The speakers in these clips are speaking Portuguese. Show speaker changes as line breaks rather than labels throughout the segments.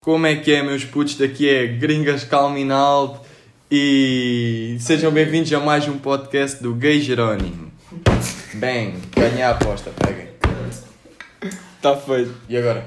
Como é que é, meus putos? Daqui é Gringas Calminal e sejam bem-vindos a mais um podcast do Gay Jerónimo. Bem, ganhei a aposta, peguem. Está feito. E agora?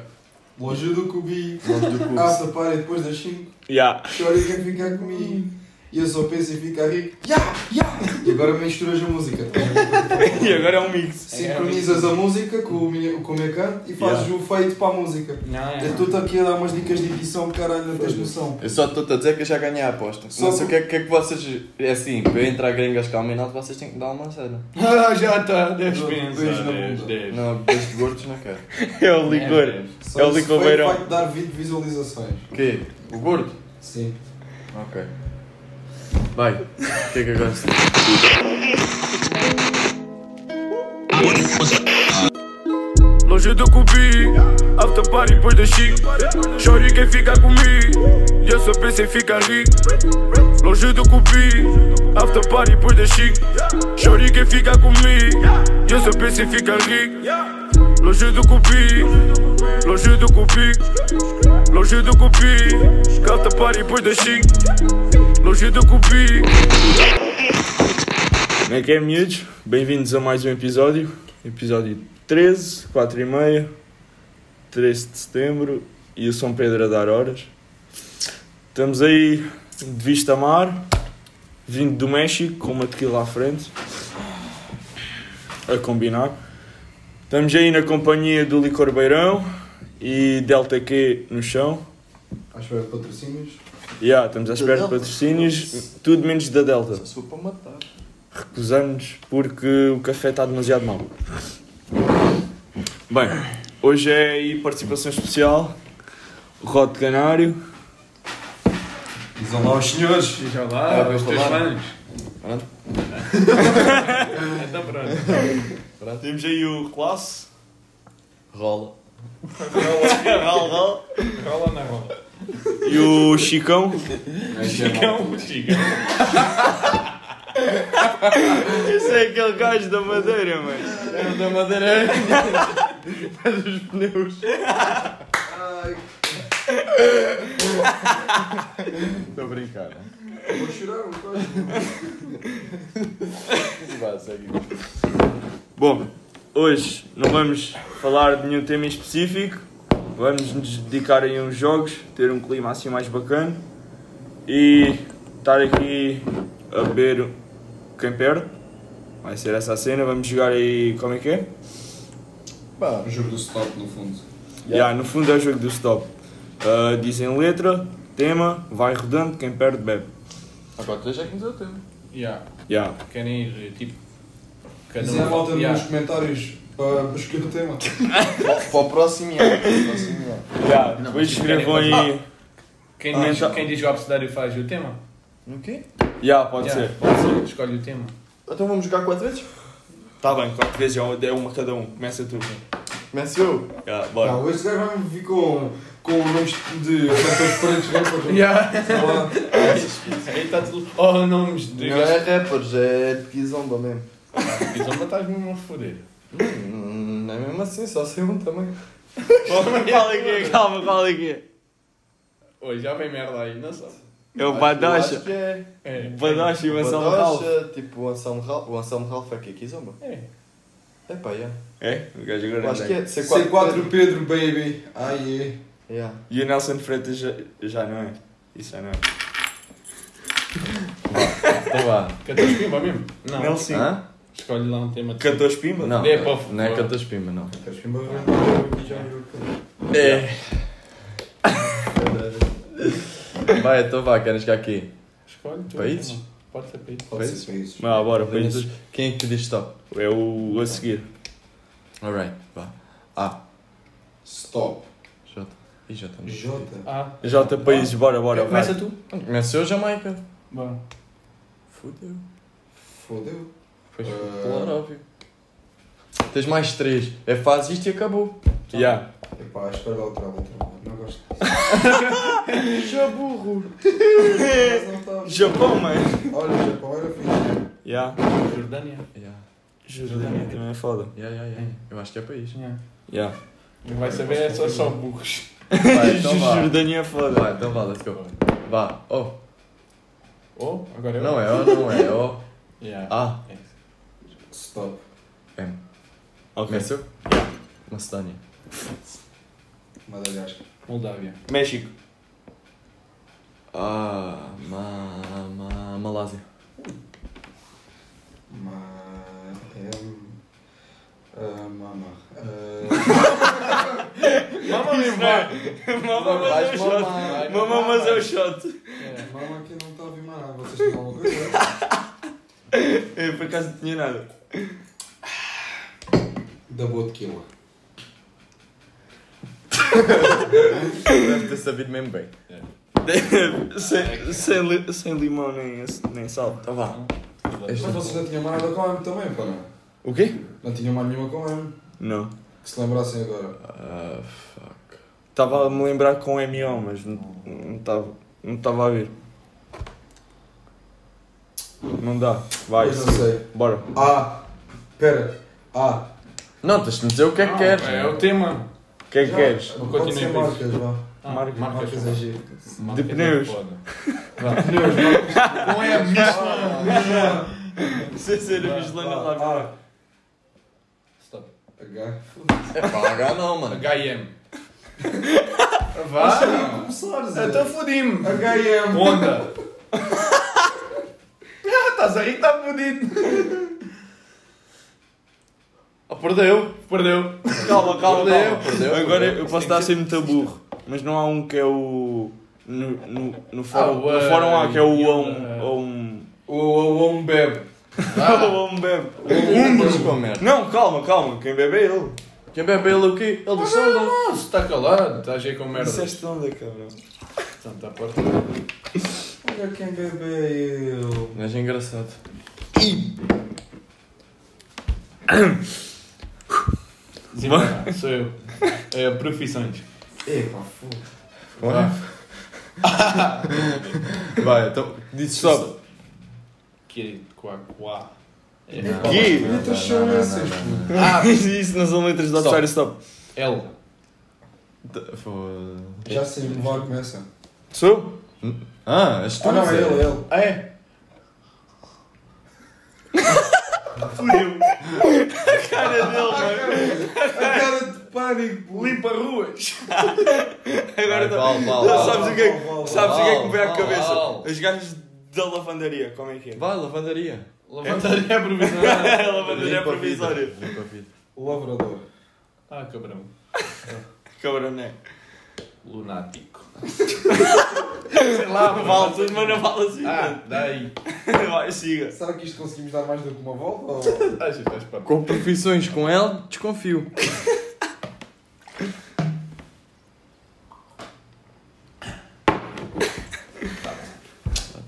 Longe do cubi,
Longe do cubo.
ah, se para depois das 5,
Ya.
chora e quer ficar comigo. E eu só penso em ficar rico. Ya, ya! E agora misturas a música. tá bem?
E agora é um mix.
é,
Sincronizas a música com o minha- com o meu canto e fazes o feito para a música.
Não,
É.
Eu estou-te aqui a dar umas dicas de edição, caralho, não tens noção.
Eu só estou a dizer que eu já ganhei a aposta.
Só
Não sei o
por-
que é, que é que vocês. É assim, para eu entrar a Gringas Calminal, vocês têm que dar uma cena.
Ah, já está, deves
Dois
pensar.
na
deves,
bunda.
deves.
Não, dois gordos não quero.
É o licor.
Deves.
Só
É o
esse
Lincoln
feito
Beirão.
vai-te dar 20 visualizações.
O quê? O gordo?
Sim.
Ok. Vai, o que é que agora se
Longe do cubi, after party depois da chic Chore quem fica comigo, eu só penso em ficar rico Longe do cubi, after party depois da chic Chore quem fica comigo, eu só penso em ficar rico Longe do cubi, longe do cubi Longe do cubi, after party depois da chic Longe do cubi
Como é que é, miúdos? Bem-vindos a mais um episódio. Episódio 13, 4 e meia, 13 de setembro. E o São Pedro a dar horas. Estamos aí de vista a mar, vindo do México, com uma tequila à frente. A combinar. Estamos aí na companhia do Licor Beirão e Delta Q no chão.
Acho que é patrocínios.
Yeah, estamos à espera de
Delta?
patrocínios, tudo menos da Delta.
Sou para matar.
recusamos porque o café está demasiado mau. Bem, hoje é aí participação especial, Rote Canário.
Dizem lá os senhores.
Veja
Ah,
lá,
vou
os teus
falar.
fãs.
Pronto.
Então pronto.
Temos aí o Classe.
Rola.
Rola ou não rola?
E o Chicão.
Chicão, chicão.
Esse é aquele gajo da madeira, mano.
Da madeira.
Ai,
Estou a brincar. né?
vou chorar um bocado.
Vá, segue.
Bom, hoje não vamos falar de nenhum tema em específico. Vamos nos dedicar aí a uns jogos, ter um clima assim mais bacana e estar aqui a beber quem perde. Vai ser essa a cena, vamos jogar aí como é que é?
Pá.
O jogo do stop, no fundo.
Yeah, no fundo é o jogo do stop. Ah, dizem letra, tema, vai rodando, quem perde bebe.
Agora tu já que nos deu tempo.
Ya,
Yeah.
Querem ir, tipo... Cada
Dizem é a
um...
malta
Ya.
nos comentários para para escolher o tema.
Para para o próximo ano. para o próximo ano.
Yeah,
Não,
Depois
mas querem
escrevam aí.
Quem
Ah,
diz-
então.
Quem diz o abcedário faz o tema?
No quê?
Yeah, pode
Ya,
ser.
Pode ser, escolhe o tema.
Então vamos jogar quatro vezes?
Tá bem, quatro vezes é uma- é uma cada um. Começa tu.
Começo eu.
Yeah, bora.
Não, este gajo vai me vir com, com nomes de né, cantores diferentes, rapaz.
Ya.
Sei lá.
Aí está tudo... Oh, nomes de...
Não é rappers, é de Kizomba mesmo.
Então estás mesmo a foder.
Hum, Não é mesmo assim, só sei um também.
Fala aqui, calma, fala aqui.
Oi, já vem merda aí, não sabe?
É o
Eu acho
Badacha.
que é.
É.
Badacha e Mansão Ralph.
Badocha, tipo o Anselmo Ralph. O Anselmo Ralph é aqui, Kizomba.
É.
É pá, yeah.
É, o gajo
Eu
agora
acho que é C4.
C4 Pedro, baby. Ai, é.
Yeah.
E o Nelson Freitas já, já não é. Isso já não é.
Então vá.
Cantor Espimba mesmo? Não.
Nelson.
Hã?
Escolhe lá um tema.
Cantor Espimba?
Não,
É, pá,
não é
pá.
cantas pima, não.
Queres que me aqui já eu-
É.
Vai, então vá, queres chegar aqui.
Escolhe tu.
Países?
Pode ser países.
Pode ser para isso.
Não, bora,
Países.
países.
Quem é que diz stop?
É o a seguir.
Alright, vá. A,
Stop.
J. Ih, já estamos.
J.
Ah,
J países, bora, bora.
começa
vai.
tu.
Começou Jamaica.
Bora.
Fudeu.
Fodeu.
Pois,
Ah.
claro, óbvio. Tens mais três. É faz isto e acabou.
Yeah.
Epá, espera lá outra outra. Não gosto
Já burro.
disso. Mas não
Japão, mano.
tá. Olha, Japão era fixe.
Yeah.
Jordânia.
Yeah.
Jordânia também é foda.
Yeah, yeah, yeah. Eu acho que é país.
Yeah.
Yeah.
Não vai saber, é só, só burros.
Vai, então vá.
Jordânia é foda.
Vai, então vá, let's go. Vá. Oh,
Oh, agora eu.
não é O, não é O.
Yeah.
Ah,
É.
Stop.
Ok.
começou? Macedónia.
Madagascar.
Moldávia.
México.
Ah, ma, ma, Malásia.
Ma... em- ah, Mama. Eh,
Mama me Mama, mas é
Vais
o shot.
mamar.
Mama, mas é o shot.
Ah, mama que não está a ouvir mais nada. Vocês têm alguma coisa?
Eu por acaso não tinha nada.
Da Botquila.
Deve ter sabido mesmo bem.
sem, sem, li- sem limão nem, nem sal.
Então vá.
Mas vocês não tinham mais nada com M também, pá, não?
O quê?
Não tinham mais nenhuma com M.
Não.
Que se lembrassem agora.
Ah, fuck.
Estava a me lembrar com M.O., mas não não estava não estava a ver. Não dá. Vai.
Pois não sei.
Bora.
Ah! Pera. Ah!
Não, tens de dizer o que é que queres.
É o tema.
O que é que
Já.
queres?
Pode
Continua,
ser
please.
marcas, vá.
Ah,
Marcas.
Marcas é giro.
Marcas
De
é
pneus.
foda.
Pneus, marcas.
Não é a mesma.
Sem ser
a
Michelin
Ah!
Stop.
ah. H.
É pá, H não, mano.
HM.
Deixa eu
Vá.
começar, Zé.
Então fodi-me.
H&M.
Onda. Ah, estás aí, está fodido.
Ah, perdeu.
Perdeu.
Calma, calma,
Perdeu,
calma.
perdeu,
Agora
perdeu.
eu posso estar a ser muito burro, mas não há um que é o. No, no, no
Ah,
fórum,
o,
no fórum há que é o
eh,
um. um
O o homem bebe.
o um bebe.
Um com merda.
Não, calma, calma, quem bebe é ele.
Quem bebe ele o quê? Ele diz solo.
Nossa, está Ah, tá calado. Estás aí com é um merda. Então, tá,
Disseste onde, é cabrão?
Portanto, à porta.
Olha quem bebe é eu.
Mas é engraçado.
Zimbabwe, sou eu. É, profissões.
Epá, foda.
Vai, então. Dizes
Stop.
só.
Que quá, quá. É,
Que?
Que letras são essas, puto?
Ah, isso não são letras do
Stop.
adversário, stop.
L.
Foda-
Já sei, vá, começa.
Sou eu?
Ah, és tu.
Ah, não, é
Zé.
ele, é ele.
Ah, é?
Cara dele,
A cara de pânico,
Limpa ruas.
Vai,
Agora tá-
vale, vale,
Já
vale.
sabes o que é
Val, Val,
que, sabes o que, é que me veio à
Val,
cabeça?
Val.
Os gajos da lavandaria, como é que é?
Vai, lavandaria.
Levantaria a provisão.
A lavandaria é
Limpa a vida,
provisória.
limpa a vida.
Lavrador.
Ah, cabrão.
Cabrão, né?
Lunático.
Sei lá, vale tudo, mas não vale assim
Ah,
tanto.
daí.
Vai, siga.
Será que isto conseguimos dar mais do que uma volta? Ou...
Achas que Ah, estás para
Com profissões com L, desconfio.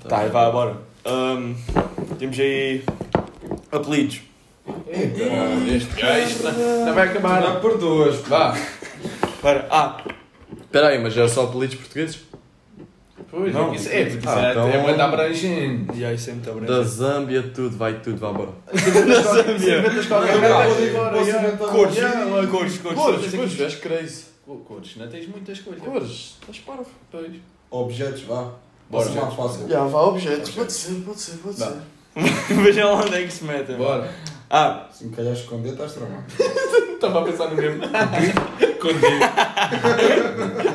Tá, vai, bora. Ahm, temos aí apelidos.
Este gajo né? não- não vai acabar.
Não perdoas, pá.
Vá.
Para, ah,
Espera aí, mas é só apelidos portugueses?
Pois,
Não.
é que isso é. porque
Ah,
isso é-
então-
É muito abrangente.
e aí sempre tá está
Da Zâmbia, tudo, vai tudo, vá embora.
Inventas qualquer
Não,
merda
posso-
e bora,
posso
já.
inventar
Cores,
Yeah, yeah.
cores,
Cores.
cores.
Cores, és crazy.
Co- Cores, não tens muitas cores.
Cores, estás parvo.
Pois.
Objetos, vá.
Bora.
Bora. mais fácil.
Já, vá, objetos. Pode ser, pode ser, pode
Vá.
Vejam lá onde é que se metem.
Bora.
Ah,
Se me calhar esconder, tá estás tramado.
Estava a pensar no mesmo. Contigo.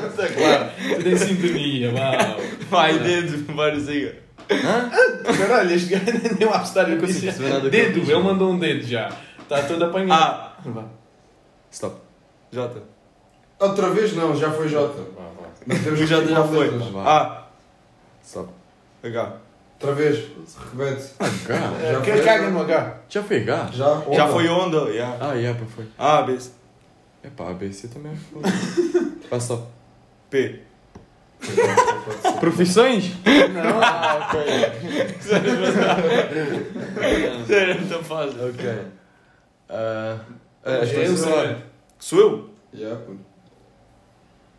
Está claro. Tu tens sintonia, uau.
vai, dedo, bora, siga.
Caralho, este gajo nem o abstário não
consigo perceber nada que ele
Dedo,
diz,
ele mandou um dedo já. Está todo apanhado.
Ah,
Vá,
Stop.
Jota.
Outra vez não, já foi Jota.
vá, vá.
Mas temos
O
que
Jota
ir
já
às
foi.
letras.
Ah,
Stop.
H.
Outra vez. Repete.
H.
Já
É, Quer
foi.
caga no H?
Já foi H?
Já,
Já
Onda.
foi onda, já.
Ah, yeah, pá, foi.
A, B, C,
É pá, ABC também é foda. Vá, stop.
P.
Profissões?
Não. Ah, ok.
Sério, não fácil.
Ok. Ah,
É,
as
eu
pessoas-
sei.
Sou eu?
Já, puto.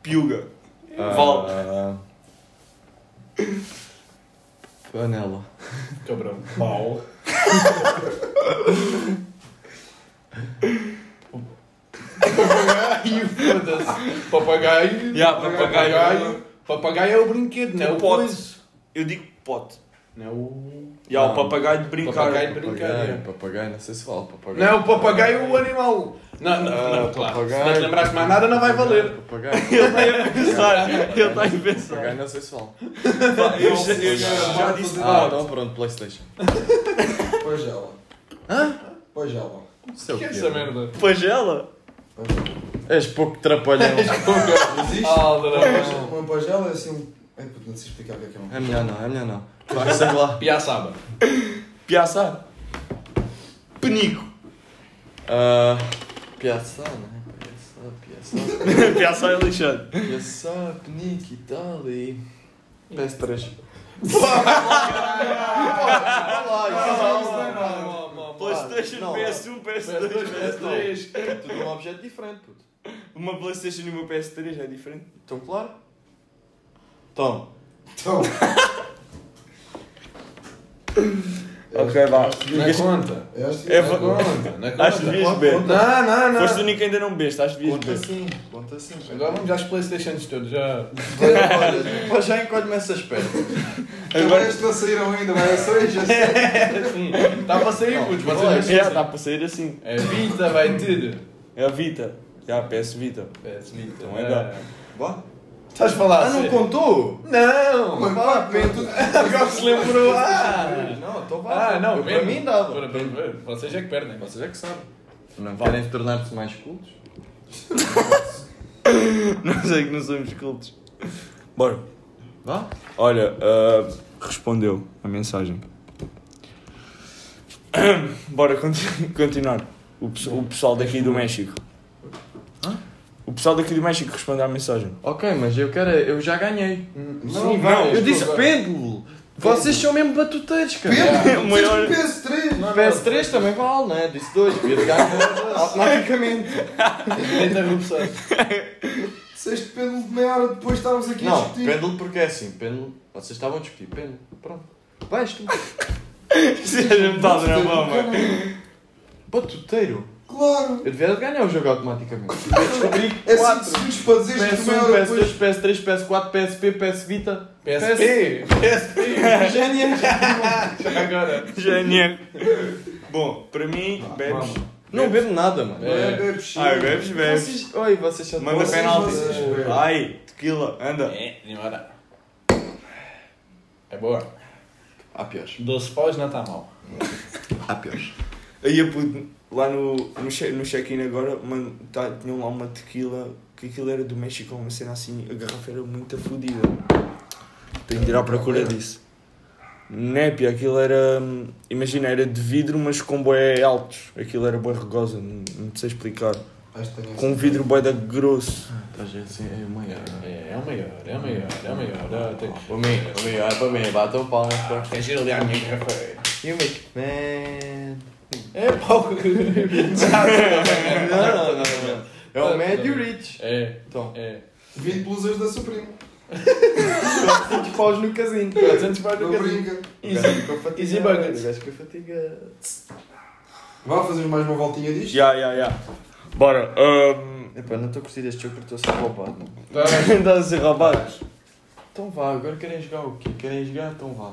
Piuga.
Ah,
Val.
Panela.
Cabrão. Pau. Papagaio, foda-se. Papagaio.
Ya,
papagaio. Papagaio é o brinquedo, não é
O
o
pote.
coisa.
Eu digo pote.
Não é o.
E há o
Não.
papagaio de brincar.
Papagaio de brincar.
Papagaio, papagaio, não sei se fala papagaio.
é Não é o papagaio é o animal. Não, não,
Ah,
não, claro. Se não
papagaio.
te lembraste mais nada, não vai valer.
Papagaio,
Ele está a pensar. Ele está tá a pensar.
papagaio, não sei se fala.
Pá, Eu já- eu já já disse.
Ah, então pronto, Playstation.
Pagela. Hã? Pagela.
Isso é o
Que é
quê,
essa
mano?
merda?
Pagela?
És pouco trapalhão.
Existe?
Ah, Aldrabão.
Uma- Uma pagela é assim um... Ai, puto, não sei explicar o que é que é um...
É melhor não, é melhor não. Vai, sei lá.
Piaçaba.
Piaçá? Penico.
Ah, Piaçá, né? Piaçá, piaçá.
Piaçá é lixado.
Piaçá, penique e tal e... PS3.
Playstation,
Não.
PS1, PS2, PS3.
PS2,
Tudo um objeto diferente, puto.
Uma Playstation e uma PS3 é diferente.
Então, claro. Então,
Então...
Ok, vá.
Não é conta.
Eu acho que...
É
não
va-
conta.
Não é
Acho que
conta.
devias beber.
Não, não, não.
Foste o único que ainda não bebeste, acho que devias
conta
beber.
assim, conta assim. puto.
Agora vamos às Playstations todos. Já.
Olha, pá, já encolhe-me essas pernas.
Agora estes não saíram ainda, vai a seis, já sei.
Está para sair, putos.
não
vocês
Já
não
está para sair assim.
É Vita, vai ter.
É a Vita. Já, PS Vita.
PS Vita.
Então é dá.
Vá.
Estás a falar?
Ah, não contou?
Não!
Mas
Fala,
pá,
Pedro.
Agora se lembrou. Ah!
Não, então vá.
Ah, não,
Eu, para mim dava.
Para, para, para, vocês é que perdem.
Vocês é que sabem. Não querem tornar-se mais cultos?
Nós é que não somos cultos. Bora.
Vá.
Olha, ah, respondeu a mensagem. Bora conti- continuar. O, pes- o pessoal daqui do México. O pessoal daqui do México respondeu à mensagem.
Ok, mas eu quero. Eu já ganhei.
Não, um
vai,
não,
Eu
estou
disse
agora.
pêndulo! Vocês são mesmo batuteiros, cara!
Pedro,
O maior-
disseste PS3.
PS3 também vale, né? Disse dois, Pedro ganha automaticamente.
Disseste pêndulo de um meia hora depois de estarmos aqui a
Não,
discutir.
pêndulo porque é assim, pêndulo. Vocês estavam a discutir, pêndulo. Pronto. é Vais tu.
Seja metade tá na mão, mano.
Batuteiro.
Claro.
Eu devia ganhar o jogo automaticamente. um, Eu descobri
É 5
4.
segundos para dizeres que
um,
meia
PS1,
hora depois...
PS2, PS3, PS4, PSP, PS Vita.
PSP! PSP! Já agora.
Genial. Bom, para mim, bebes.
Não bebo nada, mano.
Não é bebes, sim.
Ai, bebes, bebes.
Vocês. Oi, vocês são
Manda
vocês-
penalti.
vocês bebem.
Ai, tequila, anda.
É, demora. É boa.
Há piores.
12 paus não está mal.
Há piores.
Aí eu pude, lá no, no, che- no check-in agora, mano, tá, tinham lá uma tequila, que aquilo era do México, uma cena assim, a garrafa era muito fodida. Tenho de ir à
É.
procura disso. Népia, aquilo era, hum, imagina, era de vidro, mas com boé altos. Aquilo era boé rugosa, não, não sei explicar.
Acho que tenho
Com um vidro boé da grosso.
Estás assim, é maior.
É, é o maior, é o maior, é o maior. Ah, tem-
Para mim, para mim, olha para mim, um batam palmas para.
Quer ir ali à minha garrafa?
You make man.
É pau
Não, não, não. É o Mad e o Rich.
É,
Então,
é.
20 blusas da Supreme.
20 paus no casino.
400 paus no
Não
casino.
brinca.
Easy,
Easy buggers.
Acho que eu fatigado.
Vá fazer mais uma voltinha disto.
Já, já, já. Bora, hum,
Epá, não estou a curtir este jogo porque estou a ser roubado.
Tá.
estás a ser roubado.
Então vá, agora querem jogar o quê? Querem jogar? Então vá.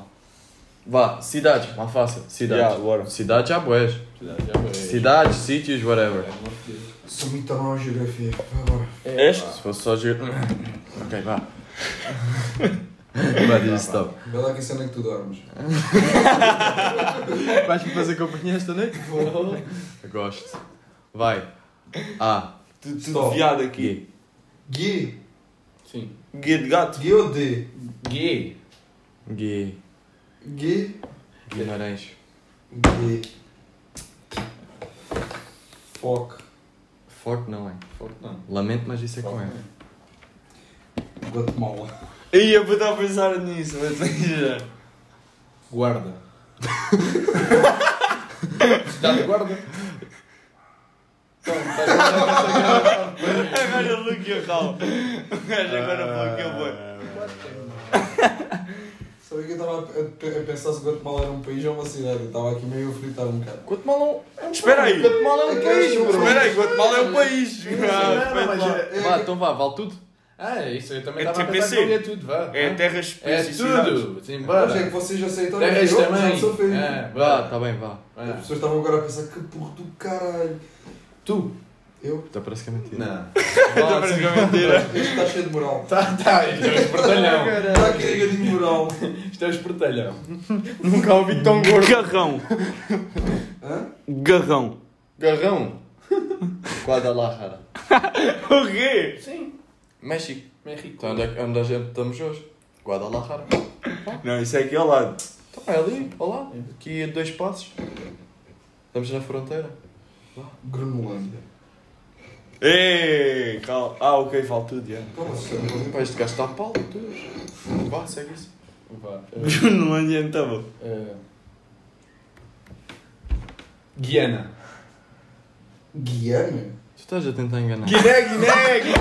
Vá, cidades, mais fácil. é Cidades.
Já, bora.
Cidades já boés.
Já foi.
Cidades, sítios, whatever.
Sou muito mal em geografia. Vá agora.
Este?
Se fosse só jogar. Ok, vá. Vai, diz stop.
Vê lá que cena é que tu dormes.
Vais-me fazer companhia esta noite? Eu Gosto. Vai. A.
Tudo
Stop.
viado aqui.
Gui.
Sim.
Guia de gato.
Gui ou D?
Gay.
Gui.
Gui.
Guimarães.
Gui. Foc.
Forte não é.
Forte não.
Lamento, mas isso é com
Forte.
ela.
Guatemala.
Aí eu vou estar a pensar nisso, mas já.
Guarda. Cidade de guarda. Então, estás a ver?
Agora eu look e eu calo. O gajo agora falou que eu vou.
Sabe o que eu estava a a, a pensar se Guatemala era um país ou uma cidade. Eu estava aqui meio a fritar um bocado.
Guatemala é um
Ah. Espera aí.
Guatemala é um
Aquelas
país,
pessoas-
bro. Espera aí, Guatemala é um país.
não, não, mas
Vá,
é-
Vá, então vá, vale tudo.
Ah, é isso, eu também
É
estava a pensar
TPC.
que não ia tudo, vá.
É terras
É
especificidades.
tudo,
Mas é
simbora.
que vocês aceitaram que
Terras
eu não sou feio.
também. É,
Vá,
vá,
tá bem, vá.
vá.
As pessoas estavam agora a pensar que porra do caralho.
Tu?
Eu?
Está parece que é mentira.
Não.
Tá
Então parece que é mentira.
Este está cheio de moral.
Tá, tá, isto é um espertalhão.
Está carregado de moral.
Isto é um espertalhão.
Nunca ouvi tão gordo.
Garrão.
Hã?
Garrão.
Garrão. é Guadalajara.
O quê?
Sim,
México.
México.
Então onde é que- onde a gente estamos hoje? Guadalajara.
Não, isso é aqui ao lado.
Então é ali, olá. Aqui a dois passos. Estamos na fronteira.
Grenolândia.
Ei, calma. Ah, ok, vale tudo, já.
Então, mas isto é uma-
Pá, este gajo está a pau, tu. Vá, segue isso.
Vá.
Grunlandia, então.
eh, Guiana.
Guiana?
Tu estás a tentar enganar.
Guiné, Guiné, Guiné.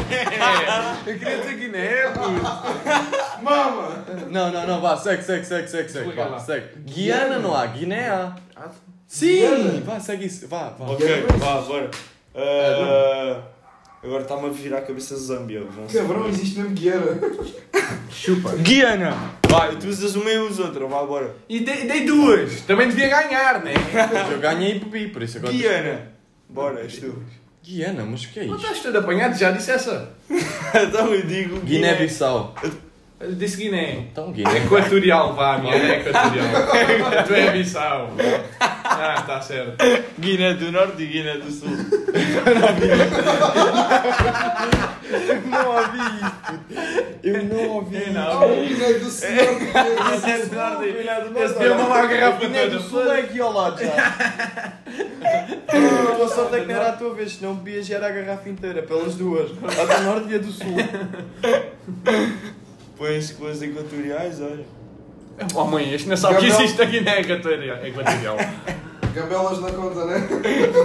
Eu queria dizer Guiné, puto.
Mama!
Não, não, não, vá, segue, segue, segue, segue, segue.
Explica
Vá,
lá.
segue. Guiana não há, Guiné há.
Ah,
Sim!
Guiana.
Vá, segue isso, vá, vá.
Ok, vá, bora. Ah, agora está-me a virar a cabeça Zâmbia. não sei.
Cabrão, existe mesmo Guiana.
Chupa.
Guiana. Vai, tu usas uma e usas outra, vá, bora.
E dei, dei duas. Também devia ganhar, né?
Eu ganhei e bebi, por isso agora.
Guiana. Bora, és tu.
Guiana, mas o que é
Não
isto?
estás todo apanhado, já disse essa.
então eu digo
Guiné-Bissau.
Eu disse Guiné.
Então, Guiné.
Equatorial, vá, minha é equatorial. tu é abissal. Ah, tá certo.
Guiné do Norte e Guiné do Sul.
não ouvi isto. Eu não ouvi
Eu
isto.
não.
Oh, Guiné do Senhor! é
Guiné do Norte.
Guiné do
Esse deu uma larga garrafa
Guiné do
toda.
Sul é aqui ao lado já. Ah, Boa sorte é que não era a tua vez, senão bebias já era a garrafa inteira, pelas duas. A do Norte e a do Sul.
Põe-se com as equatoriais, olha.
Oh mãe, este não sabe que
Gabriel.
existe a é Guiné equatorial. equatorial.
Gabelas na conta, né?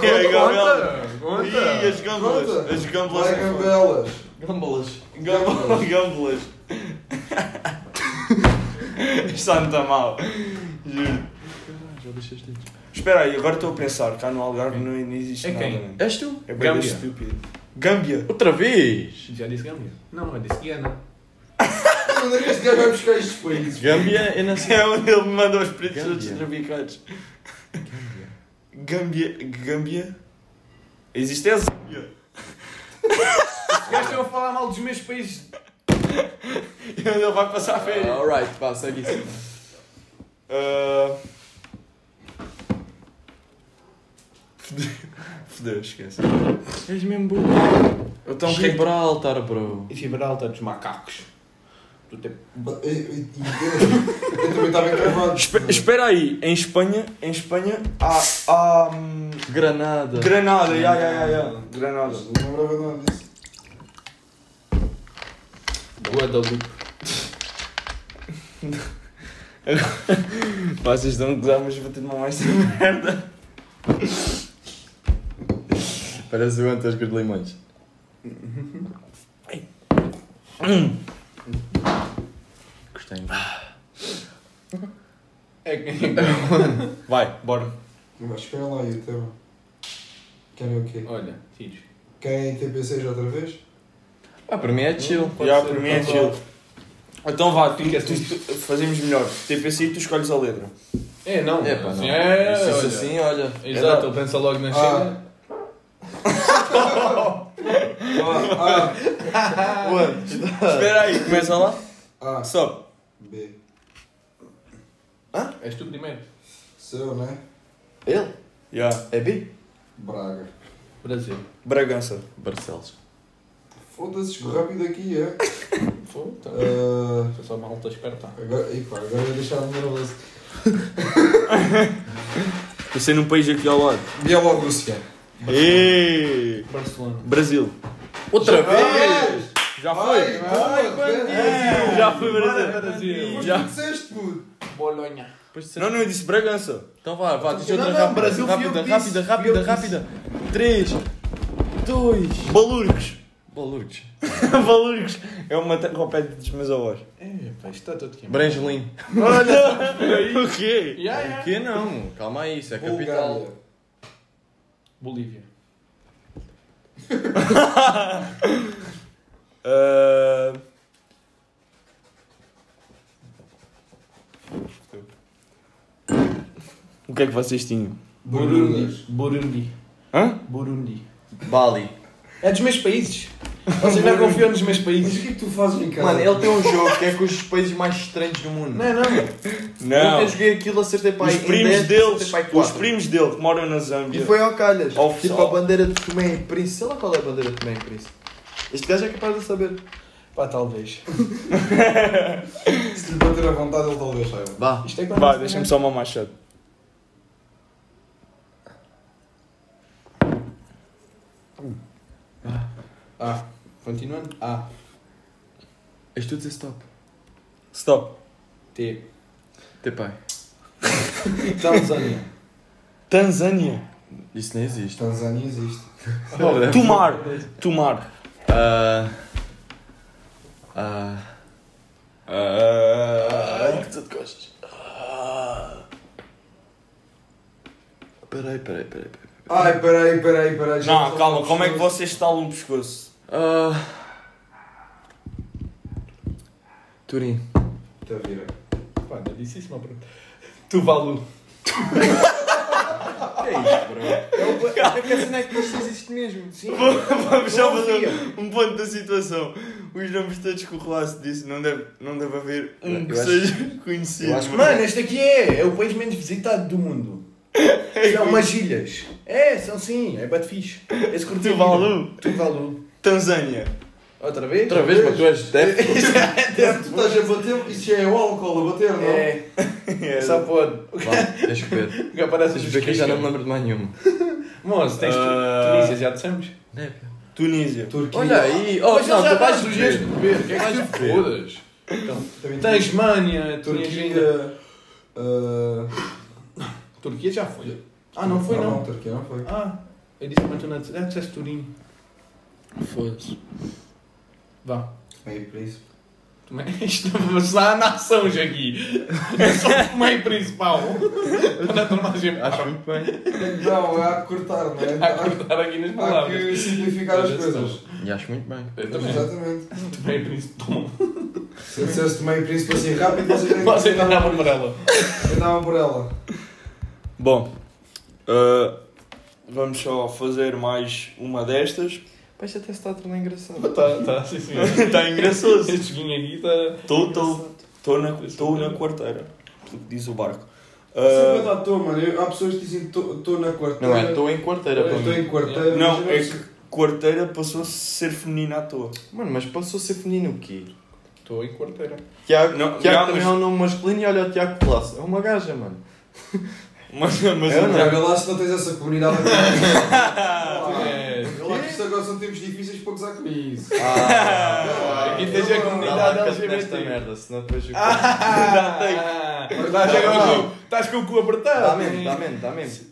É, gambela.
Conta, conta.
Ih, as gâmbulas.
Conta.
As gâmbulas.
Vai, Gabelas!
Gambolas.
Gâmbulas. Gâmbulas. Está muito mal. Juro.
Já deixaste isto.
Espera aí, agora estou a pensar. Cá no Algarve não, não existe
É
nada.
quem?
mano.
És tu?
É bem
Gâmbia.
estúpido. Gâmbia.
Outra vez?
Já disse é Gâmbia? Não, eu disse Guiana.
Onde é que este gajo vai buscar estes países?
Gâmbia é na
É onde ele me manda os pretos
Gâmbia.
todos traficados. Gâmbia. Gâmbia. Existe a Zâmbia.
Os gajos estão a falar mal dos meus países.
E É onde ele vai passar a férias.
Alright, pá, segue isso.
Ah. Fudeu, Fudeu, esquece.
És mesmo burro.
Então,
é
quem...
Gibraltar, bro.
E Gibraltar dos macacos. Tu te...
Ba- e- e- e- Eu também estava encravado.
Espe- espera aí, em Espanha, em Espanha há, há hum,
Granada.
Granada, ya, ya, ya, ya. Granada.
Não lembrava nada disso.
Guadalupe.
Vocês estão a gozar, mas vou ter de mamar esta merda.
Parece o Antas com os limões. Hum. Gostei.
É que
Vai, bora.
Mas espera lá aí o tema. Querem o quê?
Olha, filhos.
Querem TPCs outra vez?
Ah, para mim é chill.
Já, para mim é
então
chill. Então vá, tu,
Fica
tu-
assim.
tu- fazemos melhor. TPC e tu escolhes a letra.
É, não.
É pá, não.
É,
Se isso
olha.
assim, olha.
Exato, ele pensa logo na China.
Ah,
Espera aí, começa lá.
ah, ah,
Sobe.
B.
És tu primeiro.
Seu, né?
Ele?
Já.
É B?
Braga.
Brasil.
Bragança.
Barcelos.
Foda-se, escorre rápido aqui, é?
Fogo, então.
É.
Ah,
Foi só uma alta esperta.
agora, epá, agora é ia deixar-me nervoso.
Pensei num país aqui ao lado.
Bielorrússia.
Ei!
Barcelona.
Brasil.
Outra vez?
Já
Vai,
foi?
vai, vai.
Já foi
Bora,
Brasil.
Brasil.
Mas
Já.
é, tu disseste, puto.
Bolonha.
Não, não, eu disse Bragança.
Então vá, vá, diz
Não,
outra
não,
rápida.
Brasil, fui eu
rápida,
que
rápida,
disse,
rápida,
fui eu que
rápida. 3, 2,
Balurcos.
Balucos.
Valurgos. É uma terra ao pé dos meus avós.
É, pá, isto está todo queimado.
Brangelim.
Olha! o quê?
Yeah, yeah.
Que não? Calma aí, isso é capital.
Bulgária.
Bolívia.
Ah, O que é que vocês tinham?
Burundi.
Burundi.
Hã?
Burundi.
Bali.
É dos meus países. Vocês não confiam nos meus
Mas o
países.
que é que tu fazes em casa?
Mano, ele tem um jogo que é com os países mais estranhos do mundo.
Não, não.
Eu
Não.
até joguei aquilo, acertei para aí.
Os
em
primos
10,
deles,
acertei para aí
os
quatro.
primos dele que moram na
E
Zâmbia.
foi ao calhas.
Ao
tipo
pessoal.
a bandeira de Tomé e Príncipe. Sei lá qual é a bandeira de Tomé e Príncipe. Este gajo é capaz de saber.
Pá, talvez.
Se lhe bater à vontade, ele talvez saiba.
Vá.
Isto é que
Vá, deixa-me só uma machado.
Ah, continuando. Ah,
És tu a dizer é stop.
Stop.
T.
Teu pai.
Tanzânia.
Tanzânia.
Isso não existe.
Tanzânia existe.
Tomar. Tomar.
Ah. Ah. Ah. Que tu te gostas? Ah. Peraí, peraí, peraí. peraí.
Ai, peraí, peraí, peraí. já
Não,
estou-
calma, como é que vocês estalam o pescoço?
Ah. Turim.
Tá vira.
Pá, não disse isso, mas pronto. Tuvalu.
Que é isso, bro? É que a cena é que isto existe mesmo. Sim.
Vamos só fazer
Confia.
um ponto da situação. Os nomes todos que o Rolaço disse, não deve, não deve haver um
Eu
que
acho-
seja conhecido.
eu acho que-
Mano, este aqui é, é o país menos visitado do mundo.
É
São umas ilhas. É, são sim, é bate fixe. Esse curti.
Tuvalu.
Tuvalu.
Tanzânia.
Outra vez?
Outra vez, mas tu és deve.
É, tu estás a bater, isso já é o álcool a bater, não?
É,
É.
só pode.
Vá, deixa eu ver.
O que aparece
Deixa eu
nos
ver que eu já não me
cascos.
lembro de mais nenhuma.
Moço, tens tu-
Ah.
Tunísia, já dissemos?
Tunísia.
Turquia.
Olha aí. Oh,
Mas
não,
ele já
tu
dá
vais
os dias de
ver.
beber.
Que é que tu fodas?
Também tem
Tasmânia, Tunísia.
Turquia. ah,
Turquia já foi. Ah, não foi
não,
não.
Turquia não foi.
Ah, eu disse, mas tu não disseste- ah, disseste Turim.
Foda-se.
Vá.
Meio príncipe.
Tu me- Isto vamos lá na ação hoje aqui. É só o meio principal. Estou na tornagem.
Acho muito bem.
Não, há que cortar, não é?
Há que
Há,
cortar aqui nas
há
palavras.
que simplificar as coisas.
E acho muito bem.
Eu também. é
Exatamente.
Tu meio principal.
Se disseste meio príncipe assim rápido, vocês nem
Você está na amarela.
andavam por ela.
Bom, ah, vamos só fazer mais uma destas.
Pois até se está a tornar engraçado.
Está, tá, sim senhor.
Está engraçoso.
Este joguinho aqui tá- está...
Estou na, tô na quarteira, diz o barco.
Sempre
Ah,
dá tô, mano. Eu- Há pessoas que dizem estou na quarteira.
Não é? Estou em quarteira para
Estou
mim.
em quarteira.
não, é
mas
que quarteira passou a ser feminina à toa.
Mano, mas passou a ser feminino o quê?
Estou em quarteira.
Tiago,
Não,
Tiago
já,
também
mas-
é um nome masculino e olha o Tiago Colasso. É uma gaja, mano.
Mas, mas
Eu
o-
não.
Já vê lá se É, não tens essa comunidade aqui.
É.
Vê lá que isto agora são tempos difíceis para gozar com isso.
Ah,
Aqui tens a
Dá lá
comunidade
canto nesta
LGBT.
merda, senão depois eu...
Ah, Estás agora com- estás com o cu
tá.
apertado.
Dá mesmo, dá mesmo, dá mesmo.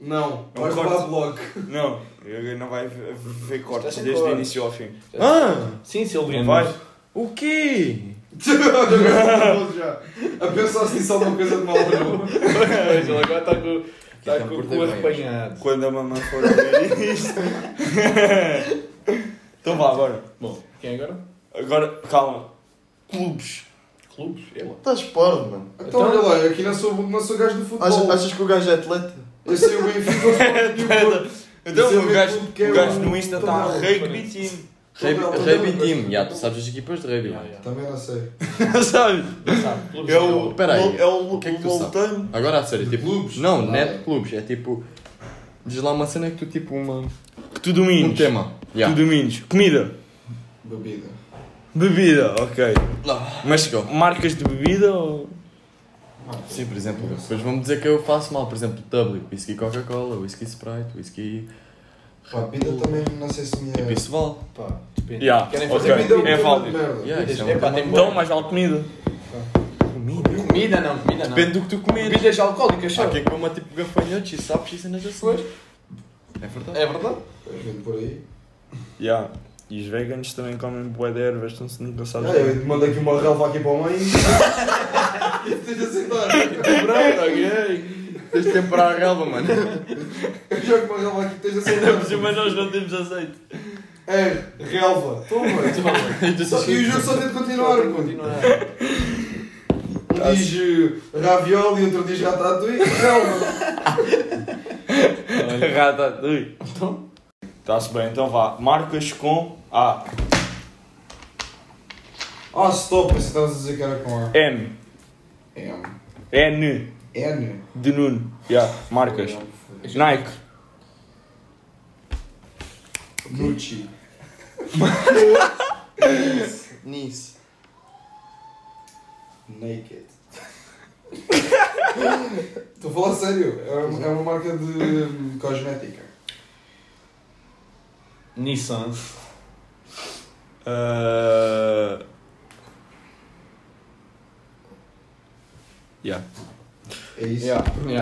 Não,
É um
vais
corte.
levar bloco.
Não, eu não vai haver haver cortes
sem
desde o
cortes.
início ao fim.
Ah,
Sim,
Não
Silvino.
vai?
o quê?
Já. A pensar se isso é alguma coisa de mal ou não.
Mas ele agora está com,
já
tá
está
me
com o
cortei
cu
bem
arrepanhado.
Quando a mamãe for ouvir isto. então vá agora.
Bom, quem é agora?
Agora, calma. Clubes.
Clubes? Ele.
Estás pardo, mano.
Então olha lá, eu aqui não sou, não sou gajo do
Achas,
Oh.
futebol.
achas que o gajo é atleta?
Eu sei o Benfica, eu sou
Então
É tipo, Isso é
o gajo,
o clube que é
o gajo
o-
no Insta tá está
Tomar né?
a
o
rugby
referente.
team.
Todo-
Raby
todo-
Team. Já, tu sabes as equipas de Raby.
Yeah, yeah.
Também não sei.
Não sabes?
Sabe, clubes
É o.
Pera aí.
É o
O que é que tu
Loltano.
Agora a sério, tipo.
clubes?
Não,
Ah,
não é
é.
de clubes. É tipo. Diz lá uma cena que tu tipo uma.
Que tu domines.
Um tema. Yeah.
Tu domines. Comida.
Bebida.
Bebida, ok.
Lá.
Mas
Go.
marcas de bebida ou.
Sim, por exemplo. Depois vão dizer que eu faço mal. Por exemplo, W. Whisky Coca-Cola, Whisky Sprite, Whisky.
Pá, bebida também não sei se me
Tipo,
é.
isso vale.
Pá, depende.
Yeah,
Querem
ok.
fazer
Bebida um
comida?
É
tema
válido.
de merda.
Yeah, isso é um
É pá,
tema
tem
de-
Então, mais vale comida.
Comida.
Comida não, comida não.
Depende do que tu comes.
Bebidas alcoólicas,
Há
sabe?
quem coma tipo gafanhotos e sapos e cenas assim.
Pois.
É verdade.
É verdade?
Pois, vem por aí.
Yeah. E os veganos também comem bué de ervas, então se nunca sabes.
Ah, eu te mando aqui uma relva aqui para o meio e tens de aceitar.
É
Pronto, ok. Tens de temperar a relva, mano.
Eu jogo uma relva aqui, tens de aceitar.
Mas nós não temos aceito.
É, relva. Toma. Só- E o jogo só tem de continuar.
Continuar,
mano.
continuar.
Um diz eh, ravioli, outro diz ratatouille. Relva.
Ratatouille. Então? Está-se bem, então vá. Marcas com A.
Ah, stop, pensei que estavas a dizer que era com A.
N.
M.
N.
N. É um
De Nuno. Yeah. Marcas. Nike.
Gucci.
Nice.
Naked. Estou a falar sério, é uma, é uma marca de hum, cosmética.
Nissan.
Uh... Yeah.
É isso.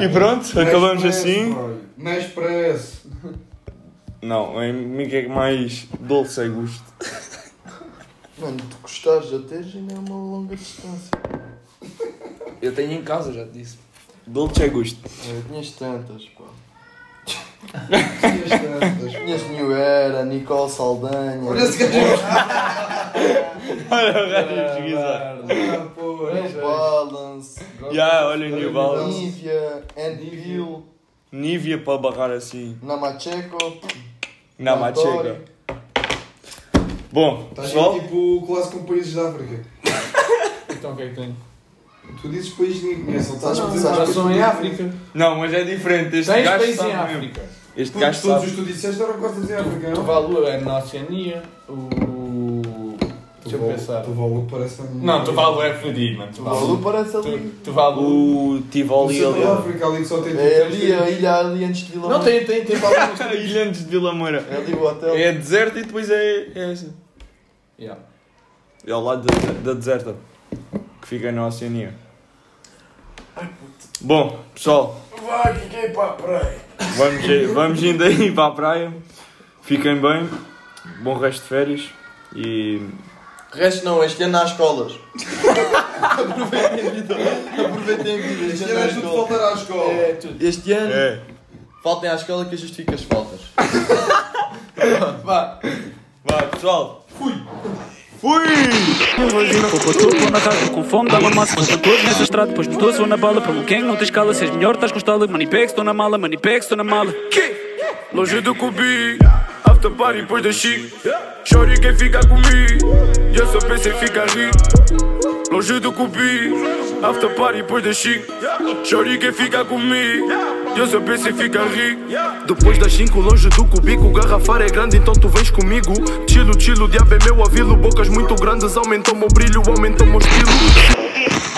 E pronto, acabamos
Nespresso,
assim.
brother. Nespresso.
Não, em mim que é mais doce a gosto.
Mano, tu gostares da Teja ainda é uma longa distância.
Eu tenho em casa, já te disse. Dolce a é gosto.
Eu tinhas tantas, pá.
Tinhas tantas.
Tinhas New Era, Nicole Saldanha.
Olha esse gajo.
É,
Ah,
é.
New
pô.
Balance.
Já, olha o New Balance.
Nivea, Anvil,
Nívia para barrar assim,
Namacheco.
na
Adoro.
machega. Bom,
Estás
pessoal,
aí tipo o clássico com países da África.
Então o que é que tem?
Tu dizes países que ninguém conhece, não estás a dizer
Já
países
são em
que ninguém
África.
não, mas é diferente. Este
Tens
gajo
países
sabe
em
mesmo.
África.
Este
Todos,
gajo
todos os
sabe.
que tu disseste eram quase em África,
O
não?
Tuvalu é na Oceania. O. Deixa eu pensar.
Tuvalu parece mesmo.
Não, Tuvalu é fodido, mano.
O Balu
Tuvalu.
parece ali.
Tu- Tuvalu.
O Tivoli
Centro da
ali.
África ali que só tem
É ali a ilha ali antes de Vila
Não,
Moura.
tem, tem, tem Tuvalu.
ó. Ilhantes É de Vila Moura.
É ali o hotel.
É deserto e depois é, é essa.
Yeah.
É ao lado da, da deserta. Que fica na Oceania. Bom, pessoal. Vamos, aí- vamos indo aí para a praia. Fiquem bem. Bom resto de férias. E
Resto não, este ano às escolas. Aproveitem a vida. Aproveitem a vida. Este ano é às
Tiras tudo
escolas.
faltar à escola.
É, tudo. Este ano,
é.
faltem à escola que eu justifico as faltas.
Vá.
Vai, pessoal. Fui. Fui.
Imagina com o teu pão na casa, com fome, dá-me massa. Com todos nessa estrada, depois de doce ou na bala. Pelo quem não tens cala, se és melhor, estás com estala. Manipex, estou na mala, manipex, estou na mala.
Longe do cubi, after party depois da chic. Chore quem fica comigo, e eu só penso em ficar rico. Longe do cubi, after party depois da chic. Chore quem fica comigo, e eu só penso em ficar rico. Depois das 5, longe do cubico, o garrafar é grande, então tu vens comigo. Tilo, tilo, diabo é meu avilo, bocas muito grandes, aumentam meu brilho, aumentam meu estilo.